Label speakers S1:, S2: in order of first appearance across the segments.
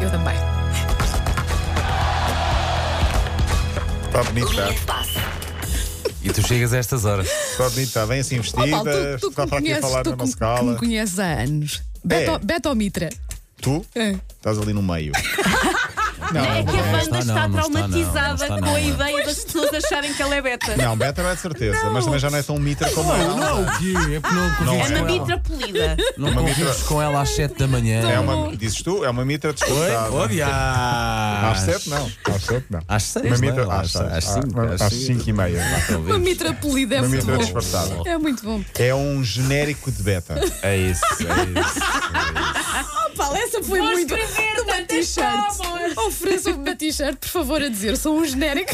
S1: Eu também.
S2: Está Tá bonito,
S1: É
S2: está.
S3: E tu chegas a estas horas.
S2: Está bonito, está bem assim
S1: Oh,
S2: vestida.
S1: Paulo, tu, tu que
S2: está
S1: me
S2: para aqui a
S1: conheces,
S2: falar
S1: tu
S2: na
S1: que me-
S2: nossa
S1: que me
S2: cala.
S1: conheces há anos. Beto,
S2: É.
S1: Beto Mitra.
S2: Tu
S1: É.
S2: estás ali no meio.
S4: É que a
S3: não
S4: banda
S3: está, não,
S4: está,
S3: não está, não, não
S4: traumatizada
S3: está,
S4: com
S3: não.
S4: a ideia das pessoas acharem que ela é beta.
S2: Não, Beta não é de certeza, mas também já não é tão mitra como ela.
S3: Não, o quê? É porque não
S2: Não
S4: É
S3: convives
S4: uma
S3: com ela.
S4: mitra polida.
S3: Não
S2: Uma
S3: convives
S2: mitra.
S3: com ela às 7 da manhã. oh,
S2: É uma, dizes tu, é uma mitra descontada. Às sete não. Às sete não.
S3: Às
S2: Uma
S3: 6,
S2: mitra, às, às, cinco, às cinco e meia. vá.
S1: Uma Mitra polida é
S2: Uma
S1: muito
S2: mitra
S1: bom.
S2: disfarçada.
S1: É muito bom.
S2: É um genérico de beta.
S3: É isso, é isso.
S1: Então, Paulo, essa foi
S4: Vou
S1: muito.
S4: escrever
S1: Uma
S4: tantas palmas.
S1: t-shirt. Ofereçam uma t-shirt, por favor, a dizer. Sou um genérico.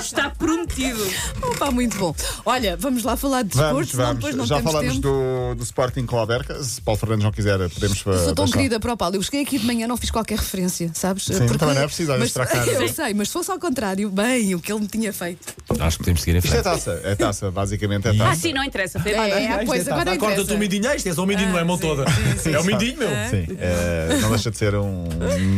S4: Está prometido.
S1: Opa, muito bom. Olha, vamos lá falar de desporto,
S2: Vamos,
S1: senão depois não
S2: vamos. Já
S1: temos
S2: falamos
S1: tempo.
S2: do, do Sporting com a Berca. Se Paulo Fernandes não quiser, podemos fa-
S1: Sou tão
S2: deixar.
S1: querida para o Paulo. Eu cheguei aqui de manhã, não fiz qualquer referência, sabes?
S2: Sim, também não é preciso, olha,
S1: mas,
S2: estragar.
S1: Eu
S2: Sim.
S1: sei, mas se fosse ao contrário, bem, o que ele me tinha feito.
S3: Acho que podemos seguir em
S2: Isto é
S3: frente.
S2: taça. É taça, basicamente é taça.
S4: Ah, sim, não interessa. Foi bem.
S1: É,
S5: Ah,
S1: pois,
S5: isto é
S1: agora
S5: taça. Corta-te
S3: um
S1: interessa.
S5: o mindinho. Ah, isto é só o mindinho, não é a mão
S1: sim,
S5: toda.
S1: sim, sim. Ah.
S5: É o mindinho, meu.
S2: Sim, eh, não deixa de ser um, um,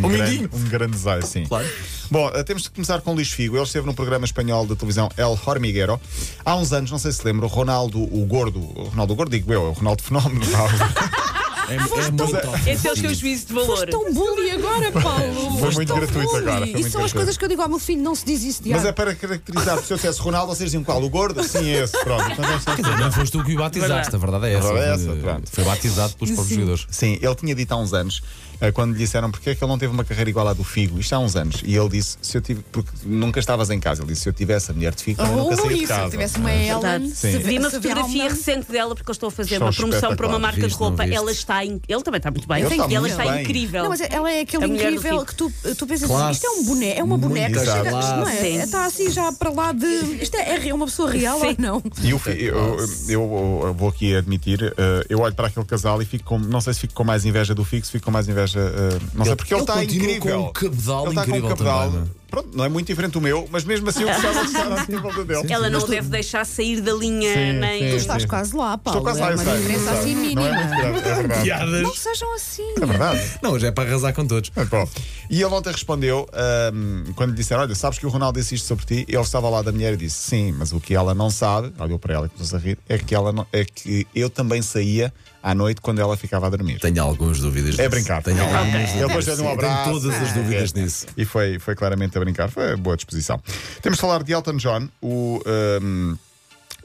S5: Um
S2: grande,
S5: mindinho.
S2: um grande design, sim.
S5: Claro.
S2: Bom, eh, temos de começar com Luís Figo. Ele esteve no programa espanhol da televisão El Hormiguero. Há uns anos, não sei se lembro, o Ronaldo, o gordo, o Ronaldo o gordo, digo eu, é o Ronaldo Fenómeno. não.
S1: Ah,
S3: É, é muito top.
S4: Esse é o teu juízo de valor.
S1: Tão bully agora, Paulo.
S2: Foi muito
S1: Tão
S2: gratuito
S1: bully.
S2: agora, foi
S1: Isso
S2: muito
S1: são as
S2: gratuito.
S1: coisas que eu digo ao meu filho, não se diz isso,
S2: Mas
S1: Diabo.
S2: é para caracterizar, se eu dissesse Ronaldo, vocês diziam qual? O gordo? Sim, é esse, pronto. Então já está.
S3: Quer dizer, Não foste tu que o batizaste, a verdade é essa.
S2: A verdade é
S3: Foi-
S2: essa, pronto.
S3: Foi batizado pelos próprios jogadores.
S2: Sim, ele tinha dito há uns anos, eh, quando lhe disseram porque é que ele não teve uma carreira igual à do Figo, isto há uns anos, e ele disse, se eu tive, porque nunca estavas em casa, ele disse, se eu tivesse a mulher de Figo, também
S1: Ou
S2: nunca saía de
S1: Oh, isso,
S2: casa. É
S1: se tivesse uma
S4: Verdade.
S1: Ellen. se-
S4: Vi uma
S1: se vier
S4: fotografia
S1: Alman.
S4: recente dela porque eles estão a fazer
S2: Estão
S4: uma promoção para uma
S2: espetaculares.
S4: marca de
S3: Viste, não
S4: roupa.
S3: viste?
S4: Ela está. in- Ele também está muito bem.
S2: Ele está
S4: e ela
S2: muito
S4: está
S2: bem.
S4: incrível.
S1: Não, mas ela é aquele
S4: A mulher do
S1: incrível
S4: Figo.
S1: que tu, tu pensas assim,
S3: Classe.
S1: isto é um boné, é uma
S3: Muito
S1: boneca,
S2: exato.
S1: chega- não é?
S4: Sim.
S1: Está assim já para lá de. Isto é, é uma pessoa real
S4: Sim.
S1: ou não?
S2: E eu, fi- eu, eu- eu vou aqui admitir, eh, eu olho para aquele casal e fico com, não sei se fico com mais inveja do Figo, se fico com mais inveja. eh, não sei, porque ele
S3: ele
S2: está
S3: continua
S2: incrível.
S3: com um cabedal
S2: ele está com
S3: incrível
S2: um cabedal.
S3: também, não
S2: Pronto, não é muito diferente do meu, mas mesmo assim eu gostava de estar ao nível do dele.
S4: Ela não o deve deixar sair da linha
S2: Sim,
S4: nem.
S2: sim.
S1: Tu estás quase lá, Paulo.
S2: Estou quase lá,
S1: é
S2: eu
S1: uma
S2: sei,
S1: diferença
S2: eu sei.
S1: assim
S2: Não
S1: mínima.
S2: é muito grande, é verdade.
S1: Não
S5: Piadas.
S1: sejam assim.
S2: É verdade.
S3: Não, hoje é para arrasar com todos.
S2: Mas pronto. E ele ontem respondeu, ahm, quando lhe disseram: Olha, sabes que o Ronaldo disse isto sobre ti? Ele estava lá da mulher e disse: Sim, mas o que ela não sabe, olhou para ela e começou a rir, é que, ela não- é que eu também saía à noite quando ela ficava a dormir.
S3: Tenho algumas dúvidas.
S2: É
S3: disso.
S2: brincar.
S3: Tenho
S2: Ok.
S3: algumas
S2: Ele depois deu-lhe um abraço.
S3: Tenho todas as dúvidas nisso.
S2: E foi, foi claramente a brincar, foi a boa disposição. Temos de falar de Elton John, o, ahm,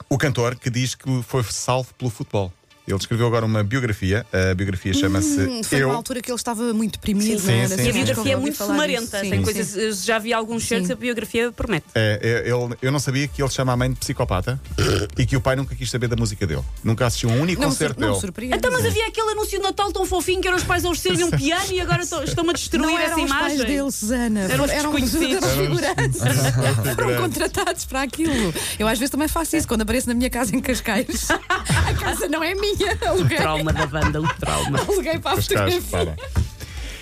S2: o cantor que diz que foi salvo pelo futebol. Ele escreveu agora uma biografia, a biografia chama-se
S1: Hum, Foi uma
S2: Eu.
S1: altura que ele estava muito deprimido,
S2: Sim,
S1: não era?
S2: sim,
S1: Assim,
S4: E
S1: mas
S2: sim.
S4: a
S1: como
S4: biografia é
S1: eu ouvi
S4: muito
S1: falar disso,
S4: sumarenta.
S1: sim,
S4: Tem
S1: sim.
S4: coisas. eu Já vi alguns shirts, a biografia promete.
S2: É, é, ele- eu não sabia que ele chama a mãe de psicopata e que o pai nunca quis saber da música dele. Nunca assistiu a um único
S1: Não me sur-
S2: concerto
S1: não me
S2: dele.
S1: surpreende.
S4: Então, mas havia aquele anúncio de Natal tão fofinho que eram os pais a oferecer-lhe um piano e agora to- estão-me a destruir
S1: não
S4: essa
S1: eram os
S4: imagem.
S1: pais dele, Susana.
S4: Eram os
S1: eram os
S4: desconhecidos.
S1: eram figurantes. Foram contratados para aquilo. Eu às vezes também faço isso quando apareço na minha casa em Cascais. A casa não é minha. Aluguei,
S4: Trauma da banda, o trauma.
S1: aluguei para a
S2: Os caras,
S1: fotografia.
S2: para.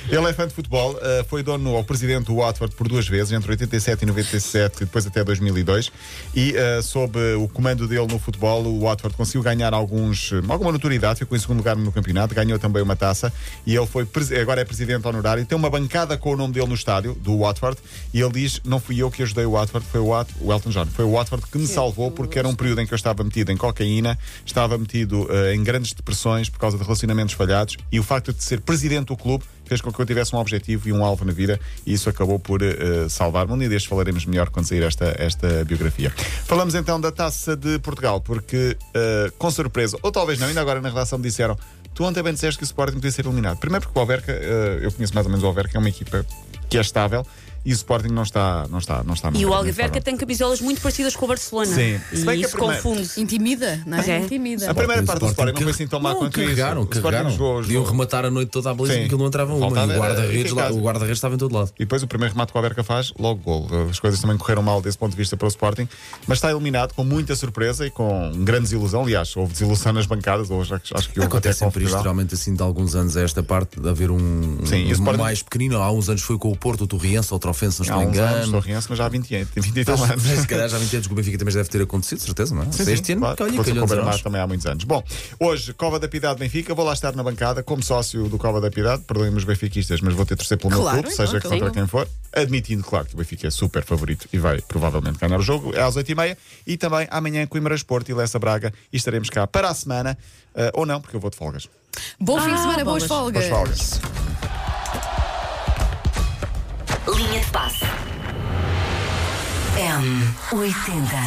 S2: Ele é fã de futebol, eh, foi dono ao presidente do Watford por duas vezes, entre 87 e 97, e depois até 2002. E eh, sob eh, o comando dele no futebol, o Watford conseguiu ganhar alguns, eh, alguma notoriedade, ficou em segundo lugar no campeonato, ganhou também uma taça. E ele foi presi- agora é presidente honorário. Tem uma bancada com o nome dele no estádio, do Watford. E ele diz: Não fui eu que ajudei o Watford, foi o, Wat o Elton John. Foi o Watford que me salvou, porque era um período em que eu estava metido em cocaína, estava metido eh, em grandes depressões por causa de relacionamentos falhados. E o facto de ser presidente do clube fez com que eu tivesse um objetivo e um alvo na vida e isso acabou por eh, salvar-me. Um dia destes falaremos melhor quando sair esta, esta biografia. Falamos então da Taça de Portugal, porque eh, com surpresa, ou talvez não, ainda agora na redação me disseram tu ontem bem disseste que o Sporting podia ser eliminado. Primeiro porque o Alverca, eh, eu conheço mais ou menos o Alverca, é uma equipa que é estável e o Sporting não está não está não está
S4: E o
S2: nunca,
S4: Alverca
S2: nunca
S4: tem camisolas muito parecidas com o Barcelona.
S2: Sim. Se bem
S4: E
S2: que a
S4: isso
S2: primeira-
S4: confunde.
S1: Intimida, não é?
S4: Ok.
S2: a
S1: Intimida.
S2: primeira
S3: Sporting,
S2: parte do Sporting não foi assim tão má
S3: não,
S2: quanto
S3: carregaram,
S2: isso. O Sporting
S3: carregaram.
S2: jogou-
S3: Podiam
S2: jogou-
S3: rematar a noite toda à
S2: Sim.
S3: baliza porque não entrava uma.
S2: Faltava
S3: E o guarda-redes
S2: era
S3: lá- o guarda-redes estava em todo lado.
S2: E depois o primeiro remate que o Alberca faz, logo gol. As coisas também correram mal desse ponto de vista para o Sporting, mas está eliminado com muita surpresa e com grande desilusão. Aliás, houve desilusão nas bancadas, hoje acho acho que houve
S3: Acontece
S2: até com
S3: sempre isto,
S2: Portugal.
S3: geralmente assim, de alguns anos a esta parte, de haver um,
S2: Sim, e o
S3: um
S2: Sporting-
S3: mais pequenino. Há uns anos foi com o Porto, o Torriense, ou o ofensas, se
S2: Há
S3: não
S2: uns anos,
S3: engano.
S2: Torriense, mas já há 20 anos. Tem 20 e tal anos.
S3: Mas, se calhar já há 20 anos que o Benfica também já deve ter acontecido, certeza, não é?
S2: Sim,
S3: este
S2: sim,
S3: ano,
S2: claro.
S3: calha,
S2: Aconteceu
S3: calhou
S2: com o
S3: de
S2: Beira-Mar
S3: nós.
S2: também há muitos anos. Bom, hoje, Cova da Piedade Benfica, vou lá estar na bancada como sócio do Cova da Piedade, perdoem-me os benfiquistas, mas vou ter de torcer pelo meu
S1: Claro,
S2: clube,
S1: então,
S2: seja
S1: tudo
S2: contra
S1: bem.
S2: quem for, admitindo, claro, que o Benfica é super favorito e vai provavelmente ganhar o jogo, é às 8h30 e também amanhã Coimbra Esporte e Lessa Braga e estaremos cá para a semana, eh, ou não, porque eu vou de folgas.
S1: Bom fim de
S4: Ah,
S1: semana, boas
S4: bolas.
S1: folgas.
S2: Boas folgas.
S5: Linha de passe. M80.